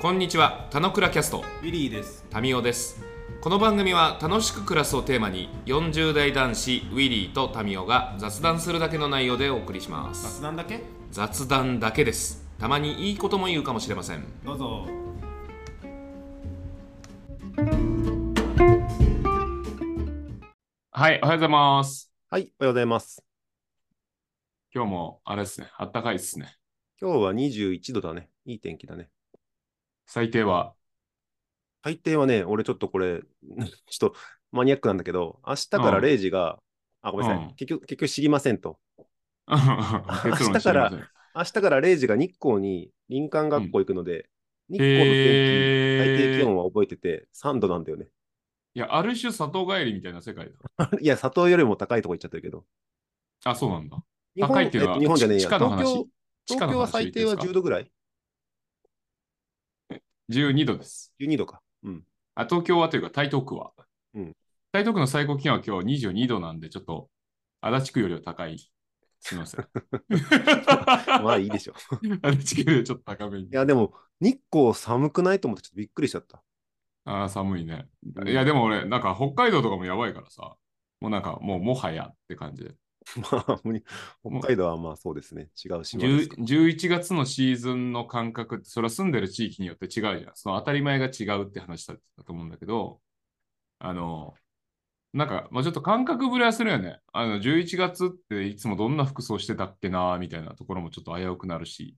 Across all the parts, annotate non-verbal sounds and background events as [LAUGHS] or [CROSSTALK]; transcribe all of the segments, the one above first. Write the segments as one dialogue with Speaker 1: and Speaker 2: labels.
Speaker 1: こんにちは、たのくらキャスト、
Speaker 2: ウィリーです。
Speaker 1: タミオです。この番組は楽しく暮らすをテーマに、40代男子ウィリーとタミオが雑談するだけの内容でお送りします。
Speaker 2: 雑談だけ
Speaker 1: 雑談だけです。たまにいいことも言うかもしれません。
Speaker 2: どうぞ。
Speaker 1: はい、おはようございます。
Speaker 3: はい、おはようございます。
Speaker 1: 今日もあれですね、あったかいですね。
Speaker 3: 今日は21度だね。いい天気だね。
Speaker 1: 最低
Speaker 3: [LAUGHS]
Speaker 1: は。
Speaker 3: 最低はね、俺ちょっとこれ、 [LAUGHS] ちょっとマニアックなんだけど、明日から
Speaker 1: うん
Speaker 3: 0時が、あ、ごめんなさい、
Speaker 1: うん
Speaker 3: 結局、結局知りませんと。
Speaker 1: 結論
Speaker 3: 明日から
Speaker 1: 知りません
Speaker 3: 明日から0時が日光に林間学校行くので、日光の天気、最低
Speaker 1: へ
Speaker 3: 気
Speaker 1: ー
Speaker 3: 温は覚えてて3度なんだよね。 [LAUGHS]
Speaker 1: いや、ある種里帰りみたいな世界だ。
Speaker 3: いや、里よりも高いとこ行っちゃってるけど。
Speaker 1: あ、そうなんだ。
Speaker 3: 日本
Speaker 1: 高いっていうのは
Speaker 3: えっと日本じゃねえ
Speaker 1: 地
Speaker 3: や。
Speaker 1: 下の
Speaker 3: 東
Speaker 1: 話
Speaker 3: 京、
Speaker 1: 地下
Speaker 3: 東
Speaker 1: の
Speaker 3: 京は
Speaker 1: 話
Speaker 3: 最低は10
Speaker 1: 度。
Speaker 3: 度ぐらい
Speaker 1: 12度です。
Speaker 3: ?12 度か。うん。
Speaker 1: あ、東京はというか台東区は。
Speaker 3: うん
Speaker 1: 台東区の最高気温は今日22度なんで、ちょっと足立区よりは高い。すみませ
Speaker 3: [LAUGHS]
Speaker 1: ん。
Speaker 3: まあいいでしょ。
Speaker 1: [LAUGHS] 足立区よりはちょっと高めに
Speaker 3: い。や、でも、日光寒くないと思ってちょっとびっくりしちゃった。 [LAUGHS]
Speaker 1: あー寒いね。いや、でも俺、なんか北海道とかもやばいからさ、もうなんかもうもはやって感じで。
Speaker 3: まあ、無理北海道はまあそうですね。違う島で
Speaker 1: 10
Speaker 3: すか
Speaker 1: 11月のシーズンの感覚って、それは住んでる地域によって違うじゃん。その当たり前が違うって話だったと思うんだけど、あの、なんか、まあ、ちょっと感覚ぶれはするよね。あの、11月っていつもどんな服装してたっけな、みたいなところもちょっと危うくなるし。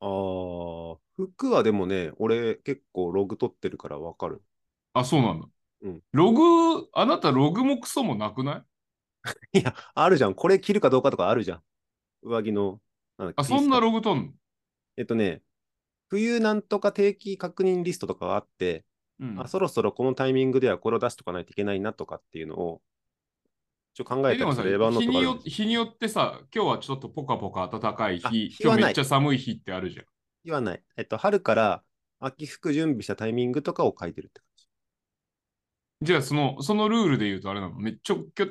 Speaker 3: ああ、服はでもね、俺結構ログ取ってるからわかる。 [LAUGHS]
Speaker 1: あ、そうなんだ。
Speaker 3: うん
Speaker 1: ログ、あなたログもクソもなくない
Speaker 3: いや、あるじゃん。これ着るかどうかとかあるじゃん。上着の、なんだっけ
Speaker 1: あ、そんな
Speaker 3: リスト
Speaker 1: ログとんの
Speaker 3: えっとね、冬なんとか定期確認リストとかがあって、
Speaker 1: うん
Speaker 3: あ、そろそろこのタイミングではこれを出しとかないといけないなとかっていうのを、ちょっと考え
Speaker 1: えで
Speaker 3: た
Speaker 1: も
Speaker 3: り
Speaker 1: さ
Speaker 3: するエヴァーノー
Speaker 1: 日
Speaker 3: トがあ
Speaker 1: に
Speaker 3: る
Speaker 1: よ、日によってさ、今日はちょっとポカポカ暖かい
Speaker 3: あ
Speaker 1: 日、
Speaker 3: 日
Speaker 1: 今
Speaker 3: は
Speaker 1: 日
Speaker 3: ない
Speaker 1: めっちゃ寒い日ってあるじゃん。
Speaker 3: 言わない。えっと、春から秋服準備したタイミングとかを書いてるって感じ。
Speaker 1: じゃあその、そのルールで言うとあれなのめっちゃきょ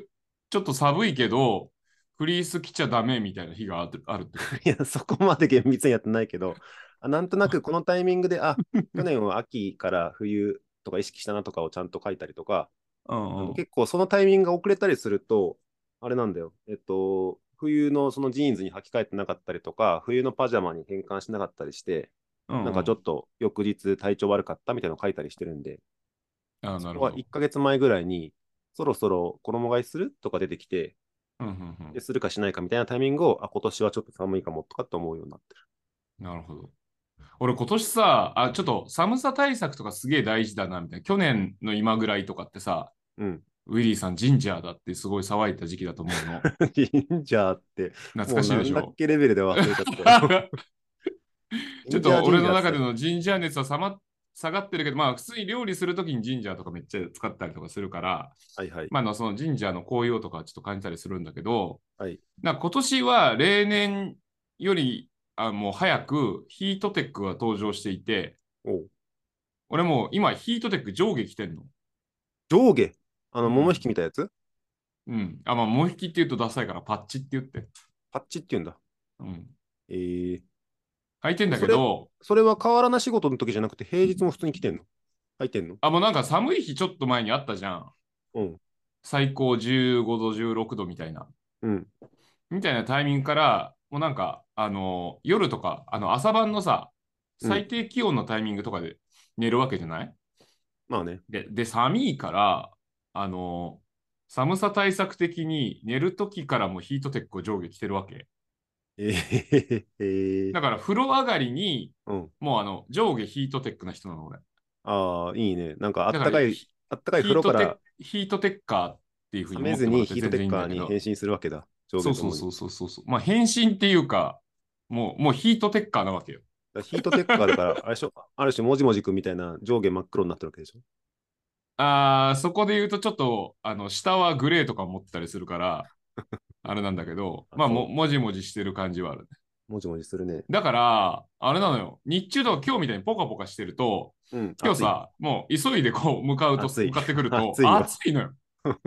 Speaker 1: ちょっと寒いけど、フリース着ちゃダメみたいな日があるあるってこ
Speaker 3: [LAUGHS] いや、そこまで厳密にやってないけど、あなんとなくこのタイミングで、あ、
Speaker 1: [LAUGHS]
Speaker 3: 去年は秋から冬とか意識したなとかをちゃんと書いたりとか、
Speaker 1: と。
Speaker 3: あの結構そのタイミングが遅れたりすると、あれなんだよ、えっと、冬のそのジーンズに履き替えてなかったりとか、冬のパジャマに変換しなかったりして、
Speaker 1: うん
Speaker 3: なんかちょっと翌日体調悪かったみたいなの書いたりしてるんで、
Speaker 1: と。あな
Speaker 3: そ
Speaker 1: る
Speaker 3: こ
Speaker 1: ほ
Speaker 3: は
Speaker 1: ど。
Speaker 3: 1ヶ月前ぐらいに、そろそろ衣替えするとか出てきて、
Speaker 1: うんうん
Speaker 3: でするかしないかみたいなタイミングを、あ、今年はちょっと寒いかもとかって思うようになってる。
Speaker 1: うん、なるほど。俺今年さあ、ちょっと寒さ対策とかすげえ大事だなみたいな。去年の今ぐらいとかってさ、
Speaker 3: うん。
Speaker 1: ウィリーさんジンジャーだってすごい騒いだ時期だと思う
Speaker 3: [LAUGHS]
Speaker 1: の。
Speaker 3: ジンジャーって、
Speaker 1: 懐かしいでし
Speaker 3: もうなんだっ
Speaker 1: ょ。
Speaker 3: けレベルで忘れちゃったよ
Speaker 1: [LAUGHS] ちょっと俺の中
Speaker 3: [LAUGHS]
Speaker 1: でのジンジャー熱はさま下がってるけど、まあ普通に料理するときにジンジャーとかめっちゃ使ったりとかするから、
Speaker 3: はいはい。
Speaker 1: まああのそのジンジャーの紅葉とかはちょっと感じたりするんだけど、
Speaker 3: はい
Speaker 1: なんか今年は例年よりあもう早くヒートテックが登場していて、
Speaker 3: おう
Speaker 1: 俺もう今ヒートテック上下着てんの。
Speaker 3: 上下あの、桃引きみたいなやつ
Speaker 1: うん。あ、まあ、もう引きって言うとダサいからパッチって言って。
Speaker 3: パッチって言うんだ。
Speaker 1: うん。
Speaker 3: えー、
Speaker 1: 履いてんだけど、
Speaker 3: それは変わらな仕事の時じゃなくて、平日も普通に来てんの入ってんの
Speaker 1: あ、もうなんか寒い日ちょっと前にあったじゃん。
Speaker 3: うん。
Speaker 1: 最高15度、16度みたいな。
Speaker 3: うん。
Speaker 1: みたいなタイミングから、もうなんか、あのー夜とか、あの朝晩のさ、
Speaker 3: うん
Speaker 1: 最低気温のタイミングとかで寝るわけじゃない、
Speaker 3: まあね。
Speaker 1: でで、寒いから、あのー寒さ対策的に寝る時からもうヒートテックを上下着てるわけ。
Speaker 3: えー、えー
Speaker 1: だから風呂上がりに、
Speaker 3: うん。
Speaker 1: もうあの上下ヒートテックな人なの俺。
Speaker 3: ああ、いいね。なんかあっ
Speaker 1: だ
Speaker 3: た
Speaker 1: ら
Speaker 3: かい、
Speaker 1: ヒ
Speaker 3: あったかい
Speaker 1: ヒ
Speaker 3: 風
Speaker 1: ー
Speaker 3: 呂
Speaker 1: ト
Speaker 3: か
Speaker 1: テッ
Speaker 3: ら
Speaker 1: クヒートテッカーっていうふうに思
Speaker 3: 冷め
Speaker 1: って
Speaker 3: ず
Speaker 1: もら
Speaker 3: に
Speaker 1: って
Speaker 3: ヒート
Speaker 1: 全
Speaker 3: テ
Speaker 1: 然いい
Speaker 3: ッ
Speaker 1: ん
Speaker 3: カー
Speaker 1: だけ
Speaker 3: に
Speaker 1: ど
Speaker 3: 変。身するわけだ。上
Speaker 1: そ
Speaker 3: 下
Speaker 1: うそう
Speaker 3: ともに
Speaker 1: そうそうそうそう。まあ変身っていうか、もうもうヒートテッカーなわけよ。
Speaker 3: だからヒートテッカーだから、あれでしょ、ある種、もじもじくんみたいな上下真っ黒になってるわけでしょ。
Speaker 1: あーそこで言うとちょっとあの下はグレーとか持ってたりするから
Speaker 3: [LAUGHS]
Speaker 1: あれなんだけどまあ
Speaker 3: あそ
Speaker 1: も
Speaker 3: う
Speaker 1: もじもじしてる感じはある、ね、
Speaker 3: もじもじするね。
Speaker 1: だからあれなのよ日中とか今日みたいにポカポカしてると
Speaker 3: うん。
Speaker 1: 今日さもう急いでこう向かうと
Speaker 3: 暑い
Speaker 1: 向かってくると暑
Speaker 3: 暑
Speaker 1: い
Speaker 3: いよ
Speaker 1: の
Speaker 3: [LAUGHS]
Speaker 1: よ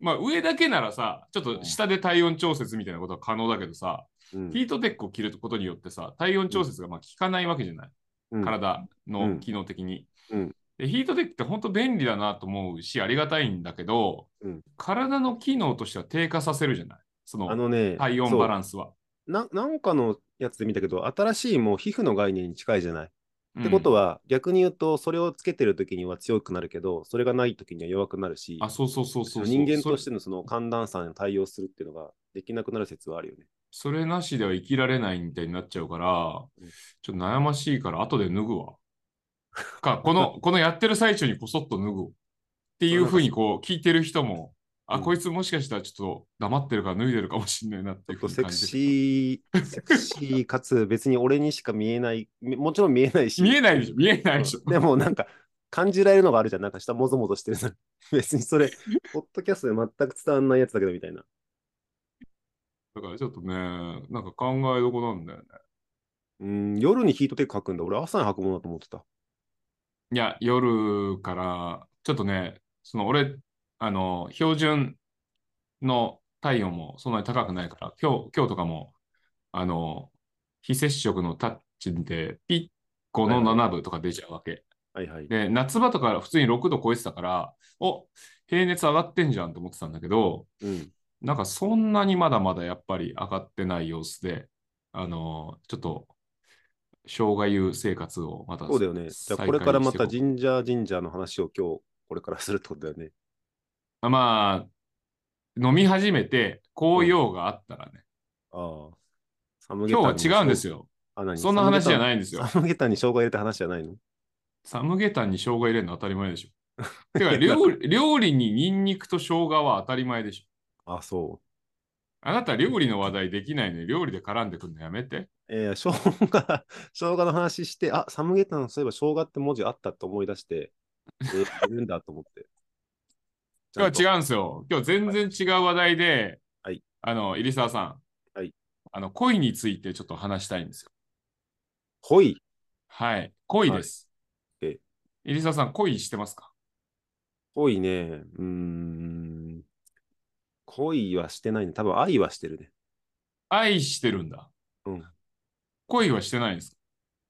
Speaker 1: まあ上だけならさちょっと下で体温調節みたいなことは可能だけどさ、
Speaker 3: 暑い、うん
Speaker 1: ヒートテックを着ることによってさ体温調節がまあ効かないわけじゃない
Speaker 3: うん
Speaker 1: 体
Speaker 3: う
Speaker 1: の
Speaker 3: ん
Speaker 1: 機能的に。
Speaker 3: うん
Speaker 1: でヒートテックって本当便利だなと思うし、ありがたいんだけど、
Speaker 3: うん
Speaker 1: 体の機能としては低下させるじゃないそ
Speaker 3: あ
Speaker 1: の
Speaker 3: のね、
Speaker 1: 体温
Speaker 3: そう
Speaker 1: バランスは。
Speaker 3: ななんかのやつで見たけど、新しいもう皮膚の概念に近いじゃない。
Speaker 1: っ
Speaker 3: ってこと
Speaker 1: は、
Speaker 3: は、逆に言うと、それをつけてる時には強くなるけど、それがない時には弱くなるし、
Speaker 1: あ、そうそうそうそうそう。
Speaker 3: 人間としててのその寒暖差に対応するっていうのができなくなる説はあるよね。
Speaker 1: それなしでは生きられないみたいになっちゃうから、
Speaker 3: うん
Speaker 1: ちょっと悩ましいから後で脱ぐわ。か、この、 [LAUGHS] このやってる最中にこそっと脱ぐ。っていうふうにこう聞いてる人も、あ、
Speaker 3: うん
Speaker 1: こいつもしかしたらちょっと黙ってるから脱いでるかもしんないなって
Speaker 3: ち
Speaker 1: いう
Speaker 3: ょっ
Speaker 1: ふうに
Speaker 3: とセ
Speaker 1: 感
Speaker 3: ク
Speaker 1: じて
Speaker 3: シー、セクシーかつ別に俺にしか見えない、みもちろん見えないし。
Speaker 1: 見えないでしょ見えないでしょ、
Speaker 3: うんでもなんか感じられるのがあるじゃん。なんか下もぞもぞしてるのに。 [LAUGHS] 別に
Speaker 1: [LAUGHS]
Speaker 3: それ、ポッドキャストで全く伝わんないやつだけどみたいな。
Speaker 1: だからちょっとね、なんか考えどころなんだよね。
Speaker 3: うん、夜にヒートテック履くんだ。俺朝に履くものだと思ってた。
Speaker 1: いや、夜から、ちょっとね、その俺、あの、標準の体温もそんなに高くないから、今日、今日とかも、あの、非接触のタッチで、ピッコの7分とか出ちゃうわけ。
Speaker 3: はいはい。
Speaker 1: で、夏場とか普通に6度超えてたから、お、平熱上がってんじゃんと思ってたんだけど、
Speaker 3: うん。
Speaker 1: なんかそんなにまだまだやっぱり上がってない様子で、あのちょっと、生姜湯生活をまた
Speaker 3: そうだよね。じゃあ
Speaker 1: 再
Speaker 3: これか
Speaker 1: 開
Speaker 3: らま
Speaker 1: していこう
Speaker 3: たジンジャージンジャーの話を今日これからするってことだよね。
Speaker 1: あまあ、飲み始めて、紅葉があったらね、
Speaker 3: ああ。サム
Speaker 1: 今日は違うんです
Speaker 3: よ。
Speaker 1: よ。
Speaker 3: あ、何
Speaker 1: そんな話じゃ
Speaker 3: い
Speaker 1: ないんですよ。
Speaker 3: サムゲタンに生姜入れた話じゃないの
Speaker 1: サムゲタンに生姜入れるの当たり前でしょ。
Speaker 3: [LAUGHS]
Speaker 1: てか料理、料理にニンニクと生姜は当たり前でしょ。
Speaker 3: あ、そう。
Speaker 1: あなた料理の話題できないのに料理で絡んでくるのやめて。
Speaker 3: えー、生姜、 [LAUGHS] 生姜の話して、あ、サムゲタン、そういえば生姜って文字あったと思い出して、えー、いるんだと
Speaker 1: [LAUGHS]
Speaker 3: 思って。
Speaker 1: 今日
Speaker 3: う。
Speaker 1: は違うんですよ。今日全然違う話題で、
Speaker 3: はい
Speaker 1: あの、入澤さん、
Speaker 3: はい
Speaker 1: あの、恋についてちょっと話したいんですよ。
Speaker 3: ほい。
Speaker 1: はい、恋です。
Speaker 3: はいえ
Speaker 1: 入澤さん、恋してますか
Speaker 3: 恋ね。うーん。恋はしてないね。多分愛はしてるね。
Speaker 1: 愛してるんだ。
Speaker 3: うん
Speaker 1: 恋はしてないんですか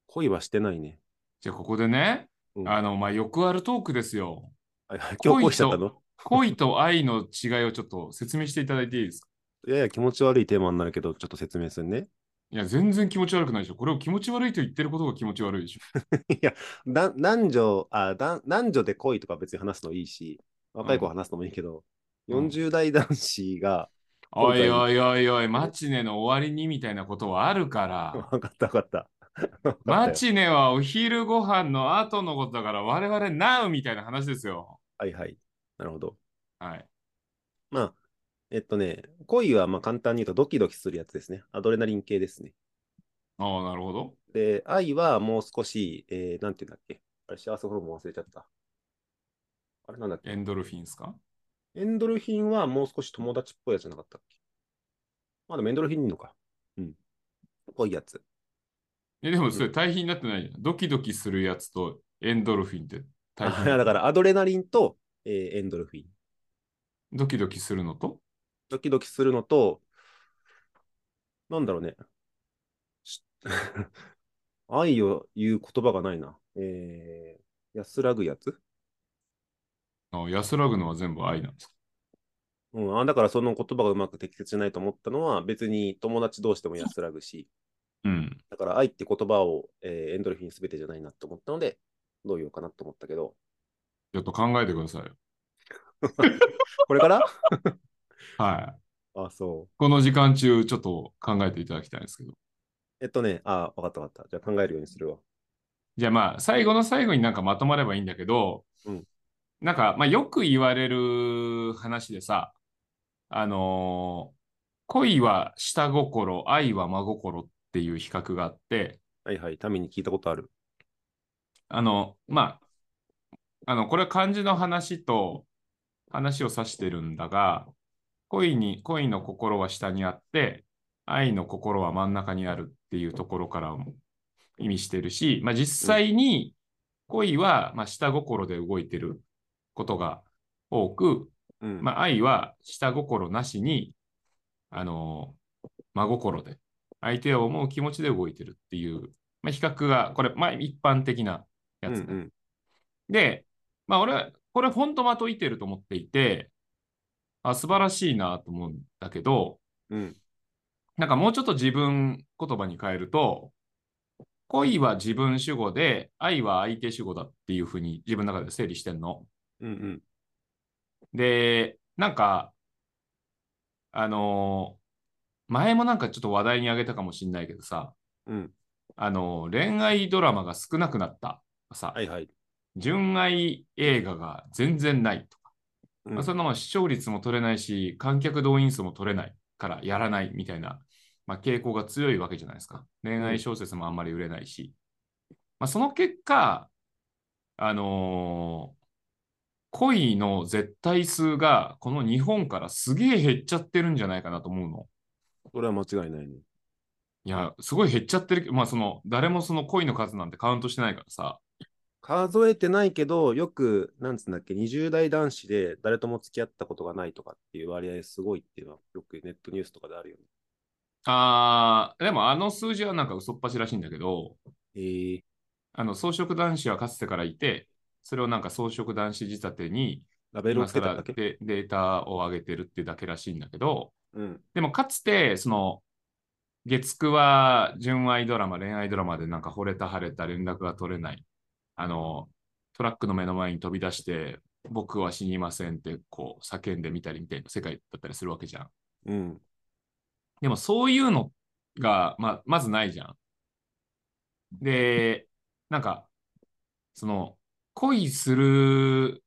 Speaker 3: 恋はしてないね。
Speaker 1: じゃあここでね、
Speaker 3: うん
Speaker 1: あの、まあ、よくあるトークですよ。
Speaker 3: はいはい
Speaker 1: 恋と
Speaker 3: 今日恋しちゃったの
Speaker 1: 恋と愛の違いをちょっと説明していただいていいですか
Speaker 3: いやいや、気持ち悪いテーマになるけど、ちょっと説明するね。
Speaker 1: いや、全然気持ち悪くないでしょ。これを気持ち悪いと言ってることが気持ち悪いでしょ。
Speaker 3: いや、だ男女あだ、男女で恋とか別に話すのいいし、若い子は話すのもいいけど、
Speaker 1: うん
Speaker 3: 40代男子が、 [LAUGHS]
Speaker 1: おいおいおいおい、マチネの終わりにみたいなことはあるから。
Speaker 3: わかったわかった。わかったよ
Speaker 1: マチネはお昼ご飯の後のことだから、我々 NOW みたいな話ですよ。
Speaker 3: はいはい。なるほど。
Speaker 1: はい。
Speaker 3: まあ、えっとね、恋はまあ簡単に言うとドキドキするやつですね。アドレナリン系ですね。
Speaker 1: ああ、なるほど。
Speaker 3: で、愛はもう少し、えー、なんていうんだっけ。あれ、幸せホルモン忘れちゃった。あれなんだっけ。
Speaker 1: エンドルフィンですか
Speaker 3: エンドルフィンはもう少し友達っぽいやつじゃなかったっけ。まあでもエンドルフィンいいのか。うん。ぽいやつ。
Speaker 1: え、でもそれ対比になってないじゃん。ドキドキするやつとエンドルフィンって対比
Speaker 3: [LAUGHS] あだからアドレナリンと、えーエンドルフィン。
Speaker 1: ドキドキするのと
Speaker 3: ドキドキするのと、なんだろうね。 [LAUGHS] し愛を言う言葉がないな。えー、安らぐやつ
Speaker 1: あ安らぐのは全部愛なんですか
Speaker 3: うん、あだからその言葉がうまく適切じゃないと思ったのは、別に友達同士でも安らぐし、
Speaker 1: うん。
Speaker 3: だから愛って言葉を、えーエンドルフィンすべてじゃないなと思ったので、どう言おうかなと思ったけど、
Speaker 1: ちょっと考えてくださいよ。
Speaker 3: これから
Speaker 1: はい。
Speaker 3: あ、そう。
Speaker 1: この時間中、ちょっと考えていただきたいんですけど。
Speaker 3: えっとね、あ、わかったわかった。じゃあ考えるようにするわ。
Speaker 1: じゃあまあ、最後の最後になんかまとまればいいんだけど、
Speaker 3: うん
Speaker 1: なんか、まあ、よく言われる話でさ、あのー恋は下心、愛は真心っていう比較があって、
Speaker 3: はいはい、民に聞いたことある。
Speaker 1: あの、まあ、あの、これは漢字の話と話を指してるんだが、恋に、恋の心は下にあって、愛の心は真ん中にあるっていうところからも意味してるし、まあ、実際に恋は、まあ、下心で動いてることが多く、
Speaker 3: うん。
Speaker 1: まあ、愛は下心なしに、あの、真心で、相手を思う気持ちで動いてるっていうまあ、比較が、これ、まあ、一般的なや
Speaker 3: うん
Speaker 1: つ、
Speaker 3: う
Speaker 1: ね
Speaker 3: ん。
Speaker 1: で、まあ、俺は、これ、本当まといてると思っていて、あ、素晴らしいなと思うんだけど、
Speaker 3: うん。
Speaker 1: なんかもうちょっと自分言葉に変えると、恋は自分主語で、愛は相手主語だっていうふうに自分の中で整理してんの。
Speaker 3: うんうん。
Speaker 1: で、なんか、あのー前もなんかちょっと話題に挙げたかもしれないけどさ、
Speaker 3: うん。
Speaker 1: あのー恋愛ドラマが少なくなったとかさ、
Speaker 3: はいはい。
Speaker 1: 純愛映画が全然ないとか、
Speaker 3: うん
Speaker 1: まあ、そんなもん視聴率も取れないし、観客動員数も取れないからやらないみたいな、まあ、傾向が強いわけじゃないですか。恋愛小説もあんまり売れないし。まあ、その結果、あのー恋の絶対数がこの日本からすげえ減っちゃってるんじゃないかなと思うの。
Speaker 3: それは間違いないね。
Speaker 1: いや、すごい減っちゃってるけど、まあその、誰もその恋の数なんてカウントしてないからさ。
Speaker 3: 数えてないけど、よく、なんつうんだっけ、20代男子で誰とも付き合ったことがないとかっていう割合すごいっていうのは、よくネットニュースとかであるよね。
Speaker 1: あーでもあの数字はなんか嘘っぱちらしいんだけど、
Speaker 3: えー、
Speaker 1: あの草食男子はかつてからいて、それをなんか草食男子仕立てに、
Speaker 3: ラベルを
Speaker 1: 今
Speaker 3: つけた
Speaker 1: 更
Speaker 3: だけ
Speaker 1: でデータを上げてるってだけらしいんだけど、
Speaker 3: うん。
Speaker 1: でもかつて、その、月9は純愛ドラマ、恋愛ドラマでなんか惚れた晴れた連絡が取れない。あの、トラックの目の前に飛び出して、僕は死にませんってこう叫んでみたりみたいな世界だったりするわけじゃん。
Speaker 3: うん。
Speaker 1: でもそういうのが、まあ、まずないじゃん。で、なんか、その、恋する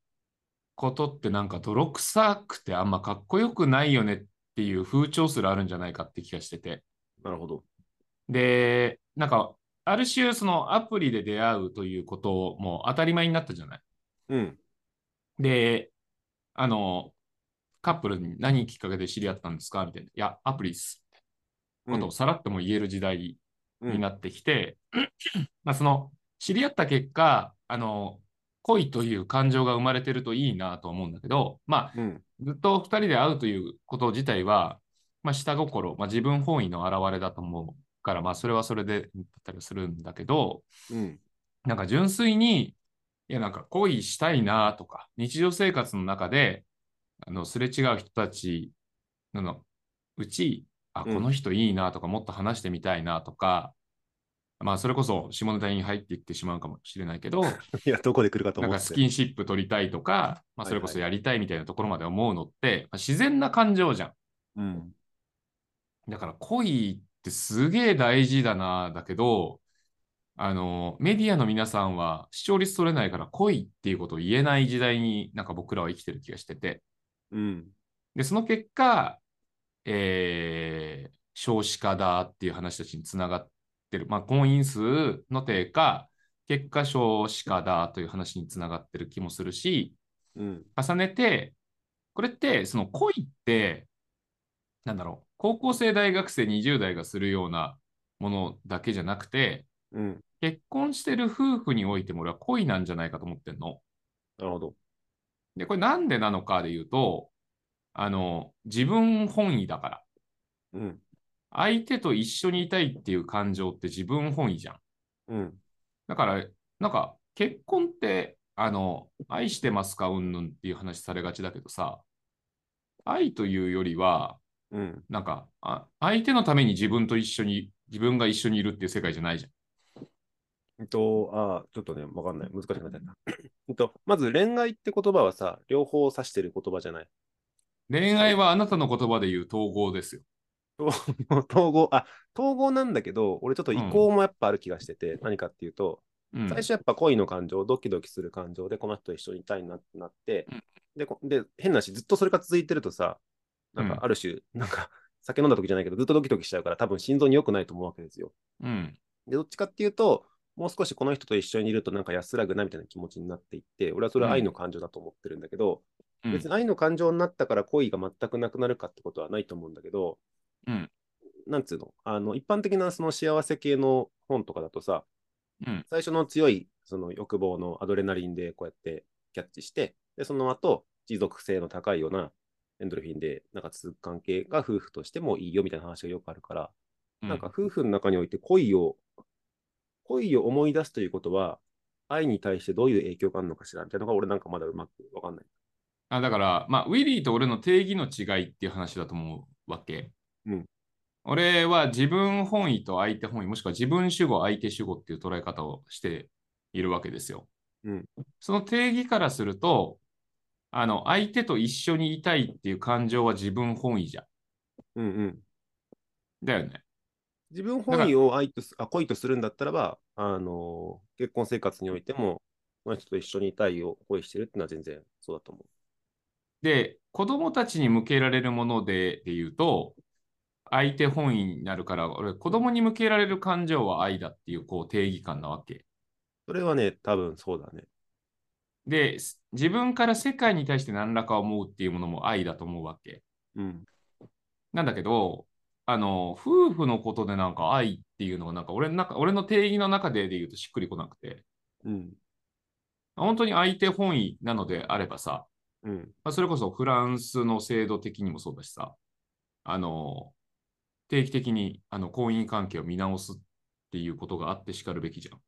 Speaker 1: ことってなんか泥臭くてあんまかっこよくないよねっていう風潮すらあるんじゃないかって気がしてて。
Speaker 3: なるほど。
Speaker 1: で、なんか、ある種そのアプリで出会うということも当たり前になったじゃない。
Speaker 3: うん。
Speaker 1: で、あの、カップルに何きっかけで知り合ったんですかみたいな。いや、アプリっす。
Speaker 3: う
Speaker 1: こ
Speaker 3: ん
Speaker 1: とをさらっとも言える時代
Speaker 3: うん
Speaker 1: になってきて、 [CLEARS THROAT] まあその知り合った結果あの恋という感情が生まれてるといいなと思うんだけど、まあ、
Speaker 3: うん。
Speaker 1: ずっと2人で会うということ自体は、まあ、下心、まあ、自分本位の表れだと思うから、まあ、それはそれでだったりするんだけど
Speaker 3: うん。
Speaker 1: なんか純粋にいやなんか恋したいなとか日常生活の中であのすれ違う人たちのうちあ
Speaker 3: うん
Speaker 1: この人いいなとか、もっと話してみたいなとかまあそれこそ下ネタに入っていってしまうかもしれないけど
Speaker 3: いや、どこで来るかと
Speaker 1: なん
Speaker 3: 思っ
Speaker 1: か
Speaker 3: て。
Speaker 1: スキンシップ取りたいとか、まあ、それこそやりたいみたいなところまで思うのって、まあ自然な感情じゃん。
Speaker 3: うん。
Speaker 1: だから恋ってすげえ大事だな、だけど、あの、メディアの皆さんは視聴率取れないから恋っていうことを言えない時代になんか僕らは生きてる気がしてて。
Speaker 3: うん。
Speaker 1: で、その結果、えー少子化だっていう話たちにつながってる。まあ、婚姻数の低下、結果少子化だという話につながってる気もするし、
Speaker 3: うん。
Speaker 1: 重ねて、これって、その恋って、なんだろう、高校生、大学生、20代がするようなものだけじゃなくて、
Speaker 3: うん。
Speaker 1: 結婚してる夫婦においても俺は恋なんじゃないかと思ってんの。
Speaker 3: なるほど。
Speaker 1: で、これなんでなのかで言うと、あの、自分本位だから。
Speaker 3: うん。
Speaker 1: 相手と一緒にいたいっていう感情って自分本位じゃん。
Speaker 3: うん。
Speaker 1: だから、なんか、結婚って、あの、愛してますかうんぬんっていう話されがちだけどさ、愛というよりは、
Speaker 3: うん。
Speaker 1: なんか、あ相手のために自分と一緒に、自分が一緒にいるっていう世界じゃないじゃん。
Speaker 3: えっと、ああ、ちょっとね、わかんない。難しくなってきた。えっと、まず恋愛って言葉はさ、両方指してる言葉じゃない。
Speaker 1: 恋愛はあなたの言葉で言う統合ですよ。
Speaker 3: 統合、あ、統合なんだけど、俺ちょっと移行もやっぱある気がしてて、何かっていうと、
Speaker 1: うん、
Speaker 3: 最初やっぱ恋の感情、ドキドキする感情で、この人と一緒にいたいなってなって
Speaker 1: うん、
Speaker 3: で、こで変な話、ずっとそれが続いてるとさ、なん
Speaker 1: う
Speaker 3: か
Speaker 1: ん
Speaker 3: ある種、なんか酒飲んだ時じゃないけど、ずっとドキドキしちゃうから、多分心臓に良くないと思うわけですよ。
Speaker 1: うん、
Speaker 3: で、どっちかっていうと、もう少しこの人と一緒にいるとなんか安らぐなみたいな気持ちになっていって、俺はそれは愛の感情だと思ってるんだけど、
Speaker 1: うん
Speaker 3: 別に愛の感情になったから恋が全くなくなるかってことはないと思うんだけど、
Speaker 1: うん
Speaker 3: なんつうの、あの、一般的なその幸せ系の本とかだとさ、
Speaker 1: うん、
Speaker 3: 最初の強いその欲望のアドレナリンでこうやってキャッチして、で、その後、持続性の高いようなエンドルフィンで、なんか続く関係が夫婦としてもいいよみたいな話がよくあるから、
Speaker 1: うん
Speaker 3: なんか夫婦の中において恋を、恋を思い出すということは、愛に対してどういう影響があるのかしらみたいなのが俺なんかまだうまくわかんない。
Speaker 1: あだから、まあ、ウィリーと俺の定義の違いっていう話だと思うわけ。
Speaker 3: うん
Speaker 1: 俺は自分本位と相手本位、もしくは自分主語、相手主語っていう捉え方をしているわけですよ。
Speaker 3: うん
Speaker 1: その定義からすると、あの相手と一緒にいたいっていう感情は自分本位じゃん。
Speaker 3: うんうん。
Speaker 1: だよね。
Speaker 3: 自分本位を愛とすあ恋とするんだったらば、あのー結婚生活においても、この人と一緒にいたいを恋してるっていうのは全然そうだと思
Speaker 1: で、子供たちに向けられるものでで言うと、相手本位になるから、俺、子供に向けられる感情は愛だっていうこう定義感なわけ。
Speaker 3: う。それはね、多分そうだね。
Speaker 1: で、す自分から世界に対して何らか思うっていうものも愛だと思うわけ。
Speaker 3: うん。
Speaker 1: なんだけど、あの、夫婦のことでなんか愛っていうのがなんか俺の中、俺の定義の中でで言うとしっくりこなくて、
Speaker 3: うん。
Speaker 1: 本当に相手本位なのであればさ、
Speaker 3: うん。
Speaker 1: まあそれこそフランスの制度的にもそうだしさ、あの、定期的にあの婚姻関係を見直すっていうことがあってしかるべきじゃん。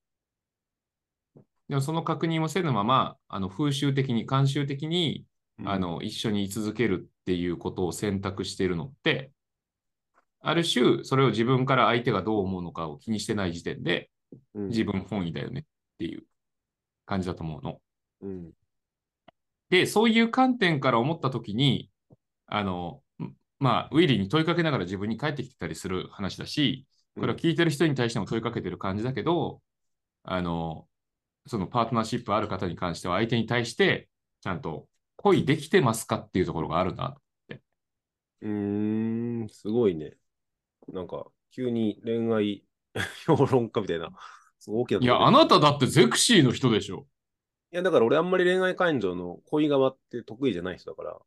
Speaker 1: でもその確認をせぬまま、あの風習的に、慣習的にあ、の、一緒に居続けるっていうことを選択しているのって、ある種、それを自分から相手がどう思うのかを気にしてない時点で、
Speaker 3: うん、
Speaker 1: 自分本位だよねっていう感じだと思うの。
Speaker 3: うん。
Speaker 1: で、そういう観点から思ったときに、あの、んまあ、ウィリーに問いかけながら自分に返ってきてたりする話だし、これは聞いてる人に対しても問いかけてる感じだけど、あの、そのパートナーシップある方に関しては、相手に対して、ちゃんと恋できてますかっていうところがあるなと
Speaker 3: うーん、すごいね。なんか、急に恋愛 [LAUGHS] 評論家みたいな、すごい大きなと
Speaker 1: い
Speaker 3: ころ
Speaker 1: や、
Speaker 3: で
Speaker 1: あなただってゼクシーの人でしょ。
Speaker 3: いや、だから俺あんまり恋愛感情の恋側って得意じゃない人だから、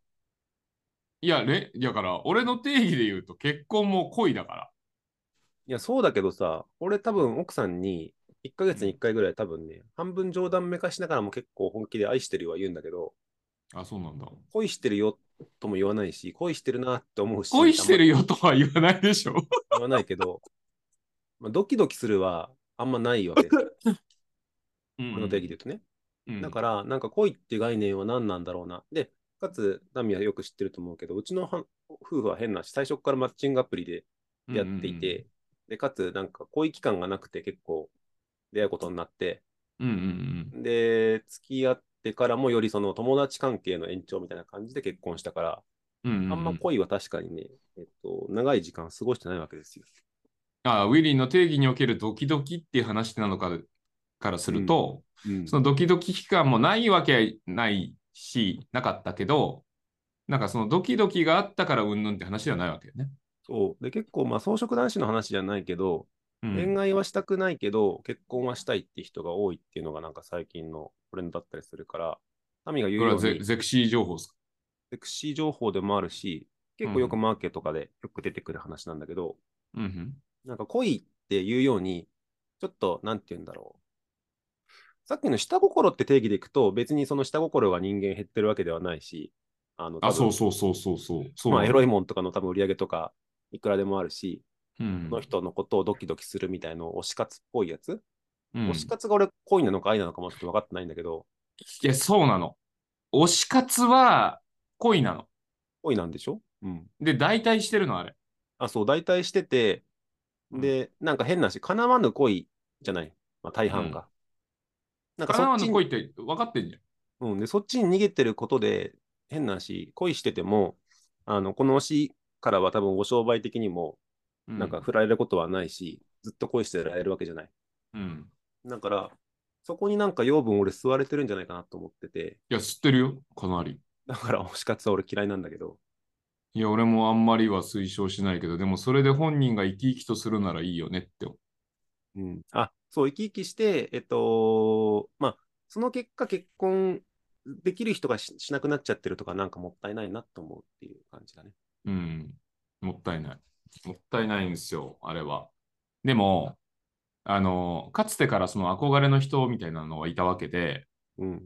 Speaker 1: いや、れだから、俺の定義で言うと、結婚も恋だから。
Speaker 3: いや、そうだけどさ、俺多分奥さんに1ヶ月に1回ぐらい多分ね、半分冗談めかしながらも結構本気で愛してるは言うんだけど、
Speaker 1: あ、そうなんだ。
Speaker 3: 恋してるよとも言わないし、恋してるなって思うし、
Speaker 1: 恋してるよとは言わないでしょ。
Speaker 3: あんま言わないけど、 [LAUGHS] まあ、ドキドキするはあんまない
Speaker 1: [LAUGHS]
Speaker 3: わけですよ。
Speaker 1: うん
Speaker 3: この定義で言うとね。
Speaker 1: うん
Speaker 3: だから、なんか恋って概念は何なんだろうな。で、かつ、ダミはよく知ってると思うけど、うちのは夫婦は変なし、最初からマッチングアプリでやっていて、、で、かつ、なんか恋期間がなくて結構出会うことになって、
Speaker 1: うんうんうん。
Speaker 3: で、付き合ってからもよりその友達関係の延長みたいな感じで結婚したから、
Speaker 1: うんうんうん、
Speaker 3: あんま恋は確かにね、えっと、長い時間過ごしてないわけですよ。
Speaker 1: あウィリーの定義におけるドキドキっていう話なのかからすると、
Speaker 3: うん
Speaker 1: そのドキドキ期間もないわけないし、なかったけど、なんかそのドキドキがあったからうんぬんって話ではないわけよね。
Speaker 3: そう。で、結構、まあ、草食男子の話じゃないけど、
Speaker 1: うん
Speaker 3: 恋愛はしたくないけど、結婚はしたいって人が多いっていうのがなんか最近のトレンドだったりするから、民が言う
Speaker 1: これは
Speaker 3: よう
Speaker 1: ゼ
Speaker 3: に、セ
Speaker 1: ゼクシー情報っすか
Speaker 3: クシー情報でもあるし、結構よくマーケとかでよく出てくる話なんだけど、
Speaker 1: うんうん。
Speaker 3: なんか恋っていうように、ちょっと、なんて言うんだろう。さっきの下心って定義でいくと、別にその下心が人間減ってるわけではないし、あの、
Speaker 1: あ、そう
Speaker 3: う。
Speaker 1: そうそうそうそう。そう
Speaker 3: まあ、エロ
Speaker 1: い。
Speaker 3: いもんとかの多分売り上げとか、いくらでもあるし、
Speaker 1: うん
Speaker 3: その人のことをドキドキするみたいの推し活っぽいやつ
Speaker 1: うん
Speaker 3: 推し活が俺恋なのか愛なのかもちょっと分かってないんだけど、
Speaker 1: いや、そうなの。推し活は恋なの。
Speaker 3: 恋なんでしょうん。
Speaker 1: で、代替してるの、あれ。
Speaker 3: あ、そう、大体してて、
Speaker 1: うん
Speaker 3: で、なんか変なし、叶わぬ恋じゃない、まあ、大半が。なんかそ
Speaker 1: 神
Speaker 3: っ
Speaker 1: 奈
Speaker 3: ちに
Speaker 1: 川の恋って分かってんじゃん。
Speaker 3: うん、で、そっちに逃げてることで、変なし、恋してても、あの、この推しからは多分ご商売的にも、
Speaker 1: う
Speaker 3: なんか振られることはないし、ずっと恋してられるわけじゃない。
Speaker 1: うん。
Speaker 3: だから、そこになんか養分俺吸われてるんじゃないかなと思ってて、
Speaker 1: いや、知ってるよ、かなり。
Speaker 3: だから推し活は俺嫌いなんだけど、
Speaker 1: いや、俺もあんまりは推奨しないけど、でもそれで本人が生き生きとするならいいよねって思う。
Speaker 3: うん、あ、そう、生き生きして、えっと、まあ、その結果、結婚できる人がし、しなくなっちゃってるとか、なんかもったいないなと思うっていう感じだね。
Speaker 1: うん。もったいない。もったいないんですよ、あれは。でも、あの、かつてからその憧れの人みたいなのはいたわけで、
Speaker 3: うん、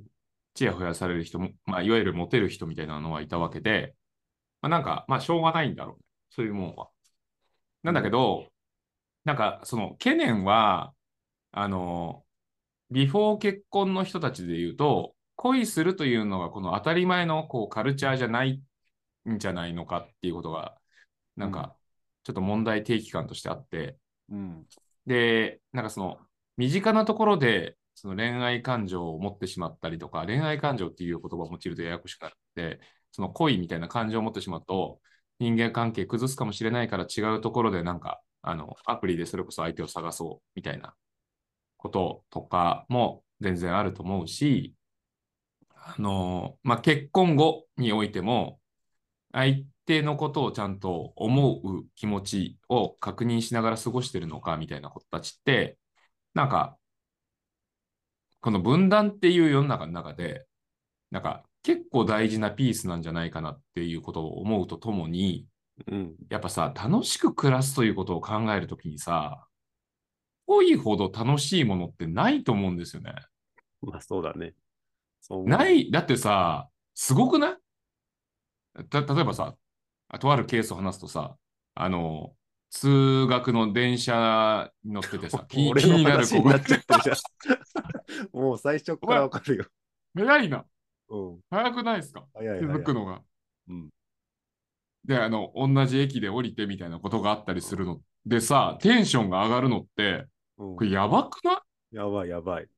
Speaker 1: ちやほやされる人も、まあ、いわゆるモテる人みたいなのはいたわけで、まあ、なんか、まあ、しょうがないんだろうね。そういうもんは。なんだけど、なんか、その、懸念は、あの、ビフォー結婚の人たちで言うと、恋するというのがこの当たり前のこうカルチャーじゃないんじゃないのかっていうことが、なん
Speaker 3: うん
Speaker 1: か、ちょっと問題提起感としてあって、
Speaker 3: うん。
Speaker 1: で、なんかその、身近なところで、その恋愛感情を持ってしまったりとか、恋愛感情っていう言葉を用いるとややこしくなって、その恋みたいな感情を持ってしまうと、人間関係崩すかもしれないから違うところでなんか、あの、アプリでそれこそ相手を探そうみたいなこととかも全然あると思うし、あの、まあ、結婚後においても、相手のことをちゃんと思う気持ちを確認しながら過ごしてるのかみたいな子たちって、なんか、この分断っていう世の中の中で、なんか結構大事なピースなんじゃないかなっていうことを思うとともに、
Speaker 3: うん。
Speaker 1: やっぱさ、楽しく暮らすということを考えるときにさ、恋ほど楽しいものってないと思うんですよね。
Speaker 3: まあそうだね。そう思う
Speaker 1: ない、だってさ、すごくないた例えばさ、あとあるケースを話すとさ、あの、通学の電車に乗っててさ、気
Speaker 3: [LAUGHS] 俺
Speaker 1: 気に
Speaker 3: の
Speaker 1: なる
Speaker 3: 話
Speaker 1: 子
Speaker 3: にな
Speaker 1: が
Speaker 3: っちゃってるじゃん。 [LAUGHS] もう最初からわかるよ。
Speaker 1: [LAUGHS] 早いな、
Speaker 3: うん。
Speaker 1: 早くないですか
Speaker 3: 早い
Speaker 1: 気
Speaker 3: 早
Speaker 1: づ
Speaker 3: い
Speaker 1: く。のが。
Speaker 3: うん。
Speaker 1: で、あの、同じ駅で降りてみたいなことがあったりするの。でさ、テンションが上がるのって、
Speaker 3: うん
Speaker 1: これやばくない
Speaker 3: やばいやばい。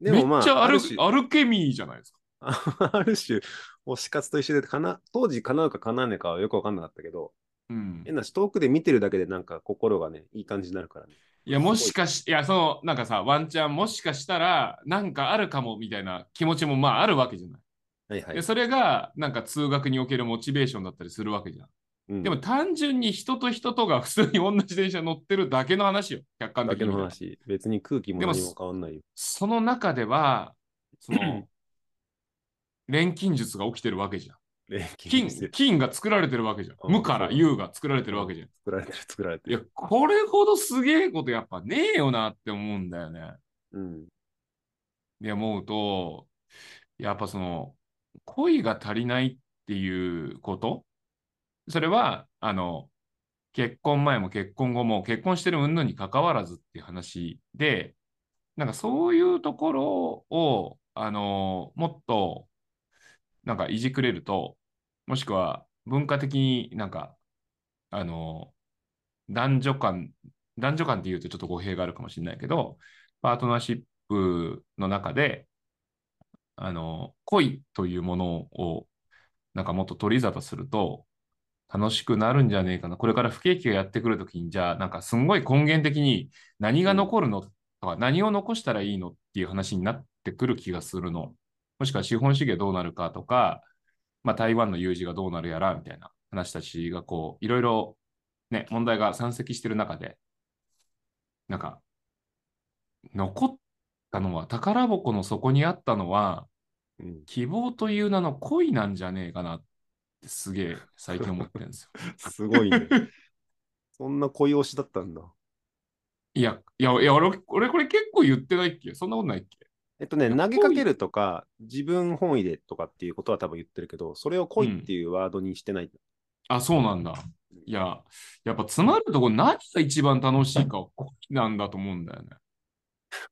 Speaker 3: で
Speaker 1: め
Speaker 3: もま
Speaker 1: っちゃ
Speaker 3: あ、
Speaker 1: ア
Speaker 3: あ
Speaker 1: ル
Speaker 3: る種、 [LAUGHS]
Speaker 1: アルケミーじゃないですか。
Speaker 3: ある種、推し活と一緒で、かな当時叶うか叶わないかはよくわかんなかったけど、
Speaker 1: うん
Speaker 3: 変なし、遠くで見てるだけでなんか心がね、いい感じになるからね。
Speaker 1: いや、もしかし、いや、その、なんかさ、ワンチャン、もしかしたら、なんかあるかも、みたいな気持ちも、まあ、あるわけじゃない。
Speaker 3: はいは
Speaker 1: で、
Speaker 3: い。
Speaker 1: それが、なんか、通学におけるモチベーションだったりするわけじゃん。
Speaker 3: うん
Speaker 1: でも、、単純に人と人とが普通に同じ電車乗ってるだけの話よ。客観
Speaker 3: だ
Speaker 1: 的
Speaker 3: け
Speaker 1: に
Speaker 3: の
Speaker 1: 見たら。
Speaker 3: 話、別に空気も
Speaker 1: でも
Speaker 3: 何も変わんないよ。
Speaker 1: その中では、そ
Speaker 3: [CLEARS THROAT]
Speaker 1: の、錬金術が起きてるわけじゃん。
Speaker 3: 錬金
Speaker 1: 金、
Speaker 3: して
Speaker 1: 金が作られてるわけじゃん。
Speaker 3: うん
Speaker 1: 無から
Speaker 3: そう
Speaker 1: 有が作られてるわけじゃん。
Speaker 3: 作られてる、作られて
Speaker 1: いや
Speaker 3: る。、
Speaker 1: これほどすげえことやっぱねえよなって思うんだよね。
Speaker 3: うん。
Speaker 1: で思うと、やっぱその、恋が足りないっていうこと、それは、あの、結婚前も結婚後も結婚してる云々に関わらずっていう話で、なんかそういうところを、あの、もっと、なんかいじくれると、もしくは文化的になんか、あの、男女間、男女間っていうとちょっと語弊があるかもしれないけど、パートナーシップライフの中で、あの、恋というものを、なんかもっと取り沙汰すると、楽しくなるんじゃねえかな。これから不景気がやってくるときに、じゃあ、なんかすんごい根源的に何が残るのとか、何を残したらいいのっていう話になってくる気がするの。もしくは資本主義がどうなるかとか、まあ、台湾の有事がどうなるやら、みたいな話たちがこう、いろいろね、問題が山積してる中で、なんか、残ったのは、宝箱の底にあったのは、
Speaker 3: うん。
Speaker 1: 希望という名の恋なんじゃねえかなってすげえ最近思ってるんですよ。
Speaker 3: すごい
Speaker 1: [LAUGHS]
Speaker 3: ね。そんな恋推しだったんだ。
Speaker 1: いや、いや、いや俺、俺これ結構言ってないっけそんなことないっけ
Speaker 3: えっとね、投げかけるとか、自分本位でとかっていうことは多分言ってるけど、それを恋っていうワードにしてない。
Speaker 1: あ、そうなんだ。いや、やっぱ詰まるとこ何が一番楽しいかは恋なんだと思うんだよね。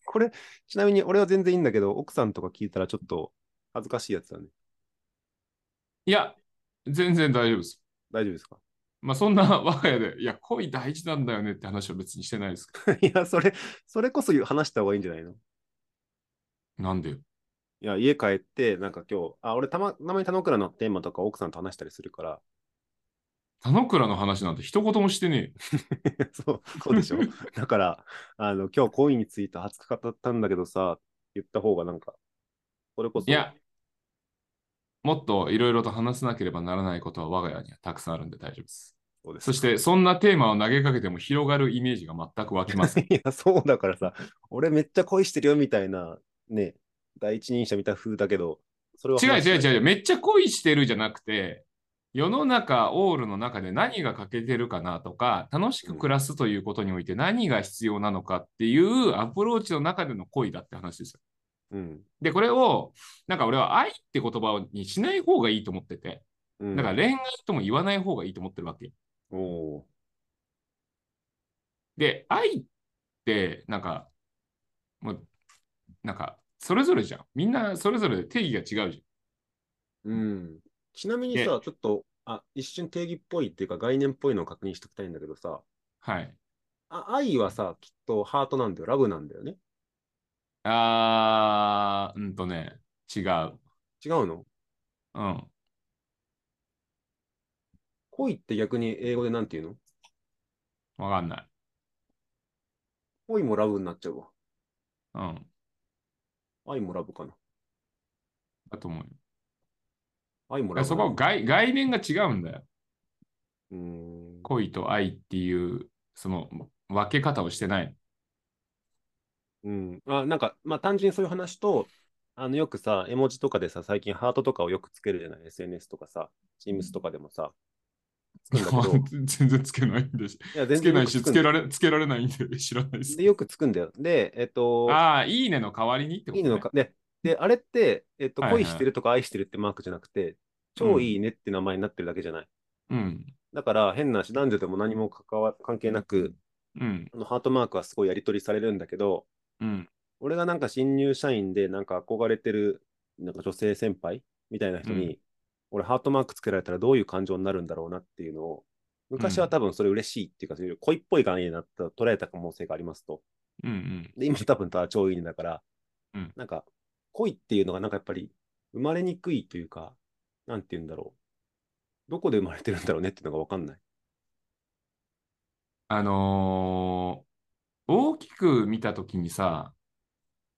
Speaker 3: これ、ちなみに俺は全然いいんだけど、奥さんとか聞いたらちょっと恥ずかしいやつだね。
Speaker 1: いや、全然大丈夫です。
Speaker 3: 大丈夫ですか [LAUGHS]
Speaker 1: まあそんな我が家で、いや、恋大事なんだよねって話は別にしてないですけ
Speaker 3: いや、それ、それこそ話した方がいいんじゃないのい
Speaker 1: ど。なんでよ。
Speaker 3: や、家帰って、なんか今日、あ、俺たま、たまに田之倉のテーマとか奥さんと話したりするから、 [LAUGHS]
Speaker 1: 田之倉の話なんて一言もしてねえよ。
Speaker 3: そう、そうでしょ [LAUGHS] だから、あの、今日恋について熱く語ったんだけどさ、言った方がなんか、それこそ、
Speaker 1: いや、もっといろいろと話さなければならないことは我が家にはたくさんあるんで大丈夫です。
Speaker 3: そうです
Speaker 1: そして、そんなテーマを投げかけても広がるイメージが全く湧きません。
Speaker 3: いや、 [LAUGHS] そうだからさ、俺めっちゃ恋してるよみたいな、ね、第一人者見た風だけど、それは
Speaker 1: 違う
Speaker 3: 話
Speaker 1: 違う
Speaker 3: う。
Speaker 1: 違う、めっちゃ恋してるじゃなくて、世の中、オールの中で何が欠けてるかなとか、楽しく暮らすということにおいて何が必要なのかっていうアプローチの中での恋だって話ですよ。
Speaker 3: うん。
Speaker 1: で、これを、なんか俺は愛って言葉にしない方がいいと思ってて、
Speaker 3: うん、
Speaker 1: だから恋愛とも言わない方がいいと思ってるわけよ。
Speaker 3: おお
Speaker 1: で、愛って、なんか、もう、なんか、それぞれじゃん。みんなそれぞれ定義が違うじ
Speaker 3: うん。ちなみにさ、ちょっと、あ、一瞬定義っぽいっていうか概念っぽいのを確認しておきたいんだけどさ、
Speaker 1: ゃん。はい。
Speaker 3: あ愛はさ、きっとハートなんだよ。ラブなんだよね。
Speaker 1: あー、うんとね、違う。
Speaker 3: 違うの
Speaker 1: うん。
Speaker 3: 恋って逆に英語でなんて言うの
Speaker 1: わかんない。
Speaker 3: 恋もラブになっちゃうわ。
Speaker 1: うん。
Speaker 3: 愛もラブかな。
Speaker 1: だと思うよ。
Speaker 3: 愛も
Speaker 1: だから
Speaker 3: ラブ
Speaker 1: そ
Speaker 3: だね。
Speaker 1: こ概、概念が違うんだよ。
Speaker 3: うーん。
Speaker 1: 恋と愛っていう、その分け方をしてない。
Speaker 3: うん。あ、なんか、まあ単純にそういう話と、あの、よくさ、絵文字とかでさ、最近ハートとかをよくつけるじゃない ?SNS とかさ、Teams とかでもさ、つくんだけど、
Speaker 1: [LAUGHS]
Speaker 3: い
Speaker 1: 全然つけないんでし。
Speaker 3: や、全
Speaker 1: つけ
Speaker 3: 然
Speaker 1: な
Speaker 3: よ
Speaker 1: い
Speaker 3: くつ
Speaker 1: し、
Speaker 3: く
Speaker 1: つ
Speaker 3: んだ
Speaker 1: け
Speaker 3: よ。
Speaker 1: られつけられないんで知らないです
Speaker 3: で、。よくつくんだよ。で、えっと、
Speaker 1: ああ、いいねの代わりにってこと、
Speaker 3: い
Speaker 1: ね、
Speaker 3: いのか。で、で、あれって、えっと、
Speaker 1: はいはい
Speaker 3: 恋してるとか愛してるってマークじゃなくて、超いいねって名前になってるだけじゃない。
Speaker 1: うん。
Speaker 3: だから、変なし、男女でも何も関わ関係なく、
Speaker 1: うん。
Speaker 3: あのハートマークはすごいやり取りされるんだけど、
Speaker 1: うん。
Speaker 3: 俺がなんか新入社員で、なんか憧れてる、なんか女性先輩みたいな人に、
Speaker 1: う
Speaker 3: 俺ハートマークつけられたらどういう感情になるんだろうなっていうのを、昔は多分それ嬉しいっていうか、そういう恋っぽい概念になった、捉えた可能性がありますと。
Speaker 1: うん。うん。
Speaker 3: で、今多分ただ超いいねだから、
Speaker 1: うん
Speaker 3: なんか、恋っていうのがなんかやっぱり生まれにくいというか、なんて言うんだろう。どこで生まれてるんだろうねっていうのがわかんない。
Speaker 1: あのー大きく見たときにさ、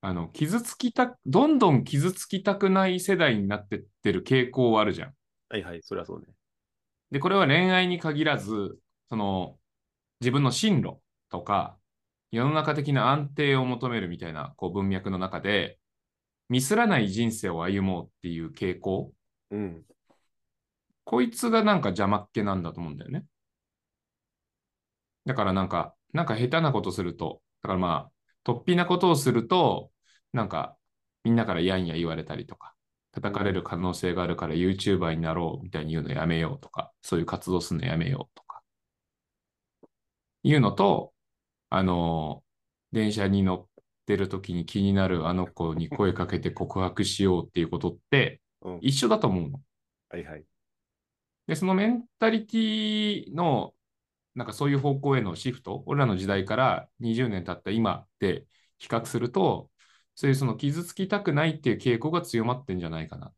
Speaker 1: あの、傷つきた、どんどん傷つきたくない世代になってってる傾向はあるじゃん。
Speaker 3: はいはい、それはそうね。
Speaker 1: で、これは恋愛に限らず、その、自分の進路とか、世の中的な安定を求めるみたいな、こう、文脈の中で、ミスらない人生を歩もうっていう傾向、
Speaker 3: うん。
Speaker 1: こいつがなんか邪魔っ気なんだと思うんだよね。だからなんか、なんか下手なことすると、だからまあ、突飛なことをすると、なんか、みんなからやんや言われたりとか、叩かれる可能性があるから YouTuber になろうみたいに言うのやめようとか、そういう活動するのやめようとか、いうのと、あの電車に乗ってる時に気になるあの子に声かけて告白しようっていうことって
Speaker 3: うん。
Speaker 1: 一緒だと思うの。
Speaker 3: はいはい。
Speaker 1: で、そのメンタリティの、なんかそういう方向へのシフト、俺らの時代から20年経った今で比較すると、そういうその傷つきたくないっていう傾向が強まってんじゃないかな。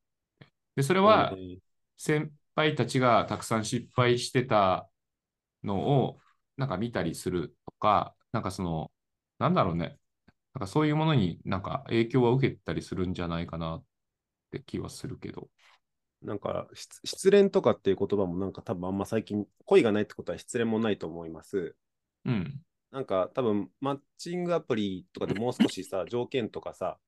Speaker 1: で、それは
Speaker 3: えー
Speaker 1: 先輩たちがたくさん失敗してたのを、なんか見たりするとか、なんかその、なんだろうね。なんかそういうものになんか影響は受けたりするんじゃないかなって気はするけど。
Speaker 3: なんか失、失恋とかっていう言葉もなんか多分あんま最近、恋がないってことは失恋もないと思います。
Speaker 1: うん。
Speaker 3: なんか多分、マッチングアプリとかでもう少し [LAUGHS] さ、条件とかさ、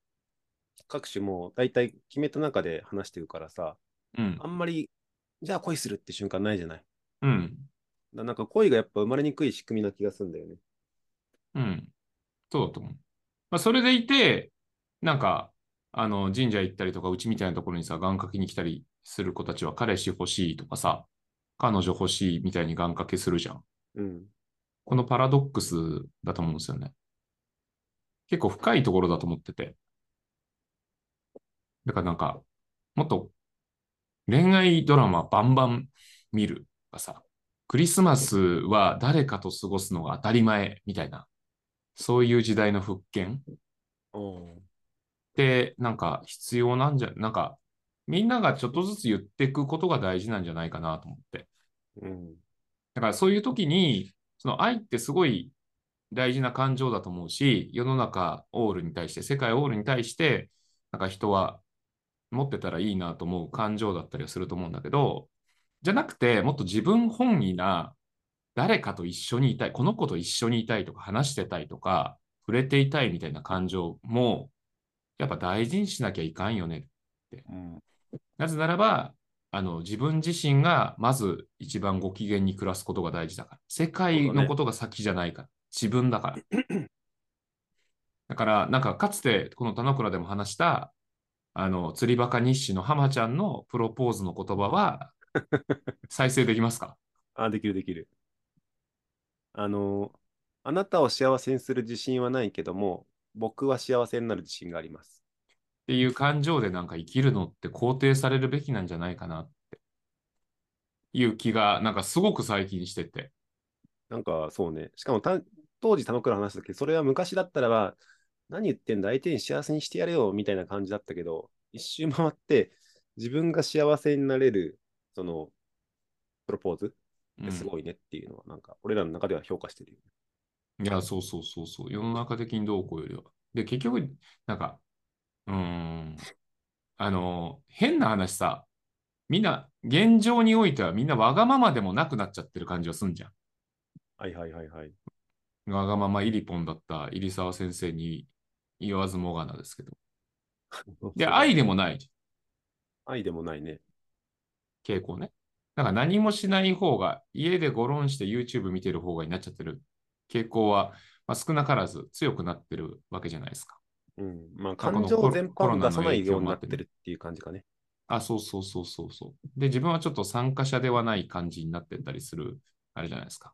Speaker 3: 各種もう大体決めた中で話してるからさ、
Speaker 1: うん
Speaker 3: あ。んまり、じゃあ恋するって瞬間ないじゃない。
Speaker 1: うん。
Speaker 3: だなんか恋がやっぱ生まれにくい仕組みな気がするんだよね。
Speaker 1: うん。そうだと思う。まあ、それでいて、なんか、あの、神社行ったりとか、うちみたいなところにさ、願掛けに来たりする子たちは、彼氏欲しいとかさ、彼女欲しいみたいに願掛けするじゃん。
Speaker 3: うん。
Speaker 1: このパラドックスだと思うんですよね。結構深いところだと思ってて。だからなんか、もっと恋愛ドラマバンバン見るとかさ、クリスマスは誰かと過ごすのが当たり前みたいな、そういう時代の復権っ
Speaker 3: お
Speaker 1: てなんか必要なんじゃ、なんかみんながちょっとずつ言っていくことが大事なんじゃないかなと思って。
Speaker 3: うん。
Speaker 1: だからそういう時に、その愛ってすごい大事な感情だと思うし、世の中オールに対して、世界オールに対して、なんか人は持ってたらいいなと思う感情だったりはすると思うんだけど、じゃなくて、もっと自分本位な、誰かと一緒にいたい、この子と一緒にいたいとか、話してたいとか、触れていたいみたいな感情も、やっぱ大事にしなきゃいかんよね
Speaker 3: うん。
Speaker 1: なぜならば、あの自分自身がまず一番ご機嫌に暮らすことが大事だから。世界のことが先じゃないから。自分だから。 [LAUGHS] だから、なんかかつてこの田之倉でも話した、あの釣りバカ日誌の浜ちゃんのプロポーズの言葉 [LAUGHS] は再生できますか
Speaker 3: あ、できるできる。あの、あなたを幸せにする自信はないけども、僕は幸せになる自信があります。
Speaker 1: ていう感情でなんか生きるのって肯定されるべきなんじゃないかなっていう気がなんかすごく最近してて。
Speaker 3: なんかそうね、しかもた当時田野倉の話した時、それは昔だったらば、何言ってんだ、相手に幸せにしてやれよみたいな感じだったけど、一周回って自分が幸せになれる、その、プロポーズってす
Speaker 1: い。
Speaker 3: ごいねっていうのは、なんか俺らの中では評価してるよね。
Speaker 1: いや、そうそうそうそう。世の中的にどうこうよりは。で、結局、なんか、うーん、あの、変な話さ、みんな、現状においてはみんなわがままでもなくなっちゃってる感じはすんじゃん。
Speaker 3: はいはいはいはい。
Speaker 1: わがままイリポンだった入沢先生に言わずもがなですけど。で、愛でもない
Speaker 3: 愛でもないね。
Speaker 1: 傾向ね。なんか何もしない方が、家でゴロンして YouTube 見てる方がになっちゃってる傾向は、まあ、少なからず強くなってるわけじゃないですか。
Speaker 3: うん。まあ、
Speaker 1: 過去
Speaker 3: 感
Speaker 1: のコ
Speaker 3: 情
Speaker 1: ロ
Speaker 3: 全
Speaker 1: コロ
Speaker 3: 般
Speaker 1: ナの
Speaker 3: 出さないように
Speaker 1: 影響も
Speaker 3: なっ
Speaker 1: あって
Speaker 3: て
Speaker 1: ね
Speaker 3: るっていう感じかね。
Speaker 1: あ、そうそうそうそうそう。で、自分はちょっと参加者ではない感じになってったりする、あれじゃないですか。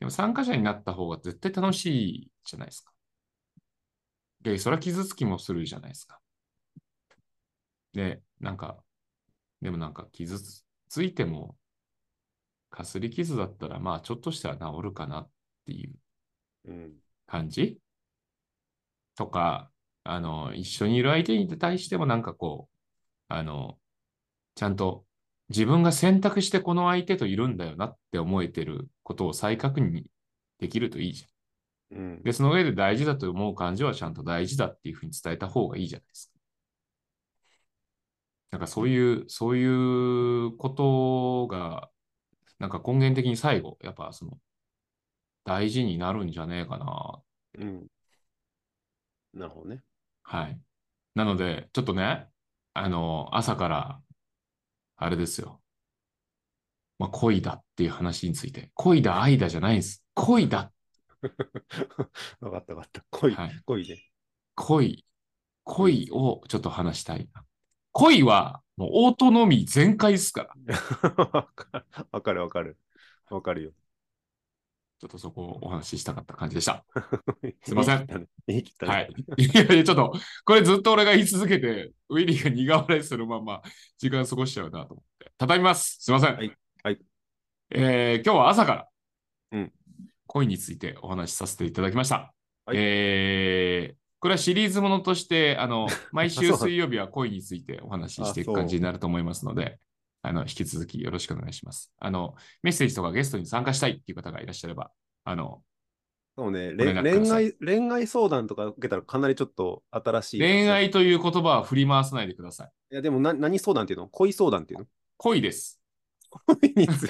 Speaker 1: でも参加者になった方が絶対楽しいじゃないですか。で、それは傷つきもするじゃないですか。で、なんか、でもなんか傷ついても、かすり傷だったら、まあちょっとしたら治るかなっていう
Speaker 3: うん。
Speaker 1: 感じとか、あの、一緒にいる相手に対してもなんかこう、あの、ちゃんと自分が選択してこの相手といるんだよなって思えてることを再確認できるといいじゃ
Speaker 3: うん
Speaker 1: ん。。で、その上で大事だと思う感情はちゃんと大事だっていうふうに伝えた方がいいじゃないですか。なんかそういう、そういうことが、なんか根源的に最後、やっぱその、大事になるんじゃねえかな
Speaker 3: うん。なるほどね。 [LAUGHS]
Speaker 1: はい。なので、ちょっとね、あの、朝から、あれですよ。まあ、恋だっていう話について、恋だ、愛だじゃないんです。恋だ、
Speaker 3: わかったわかった。恋、
Speaker 1: はい
Speaker 3: 恋ね。
Speaker 1: 恋、恋をちょっと話したいな。恋は、もうオートノミー全開ですから。
Speaker 3: わか [LAUGHS] わかるわかる。わかるよ。
Speaker 1: ちょっとそこをお話ししたかった感じでした。 [LAUGHS] すいません
Speaker 3: 言い切ったね。言い切った
Speaker 1: はい。
Speaker 3: ね。
Speaker 1: [LAUGHS] いやいや、ちょっと、これずっと俺が言い続けて、ウィリーが苦笑いするまま、時間過ごしちゃうなと思って。畳みます。すいません。
Speaker 3: はいはい
Speaker 1: えー今日は朝から、
Speaker 3: うん
Speaker 1: 恋についてお話しさせていただきました。
Speaker 3: はい
Speaker 1: えーこれはシリーズものとして、あ
Speaker 3: [LAUGHS]
Speaker 1: の、毎
Speaker 3: あ
Speaker 1: 週
Speaker 3: そう
Speaker 1: 水曜日は恋についてお話ししていく感じになると思いますので、あの、引き続きよろしくお願いします。あの、メッセージとかゲストに参加したいっていう方がいらっしゃれば、あの、
Speaker 3: そうね。
Speaker 1: ご連
Speaker 3: れ
Speaker 1: 絡くだ
Speaker 3: 恋
Speaker 1: さ
Speaker 3: 愛、恋愛相談とか受けたらかなりちょっと新しい。
Speaker 1: 恋。愛という言葉は振り回さないでください。
Speaker 3: いや、でもな何相談っていうの恋相談っていうの [LAUGHS]
Speaker 1: 恋です。
Speaker 3: 恋につい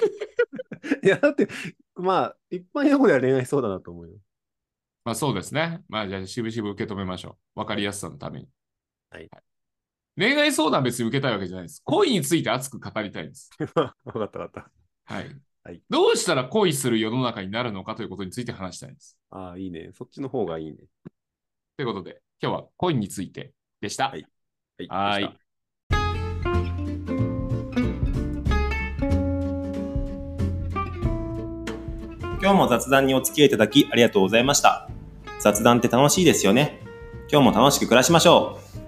Speaker 3: て。いや、だって、まあ、一般用語では恋愛相談だと思うよ。 [LAUGHS]
Speaker 1: まあそうですね。まあじゃあ、しぶしぶ受け止めましょう。わかりやすさのために。
Speaker 3: はい
Speaker 1: 恋愛相談別に受けたいわけじゃないです。恋について熱く語りたいんです。
Speaker 3: わかったわかった。
Speaker 1: はい。
Speaker 3: はい
Speaker 1: どうしたら恋する世の中になるのかということについて話したいんです。
Speaker 3: ああ、いいね。そっちの方がいいね。
Speaker 1: ということで、今日は恋についてでした。
Speaker 3: はいはい。
Speaker 1: はーい
Speaker 3: でした
Speaker 2: 今日も雑談にお付き合いいただきありがとうございました。雑談って楽しいですよね。今日も楽しく暮らしましょう。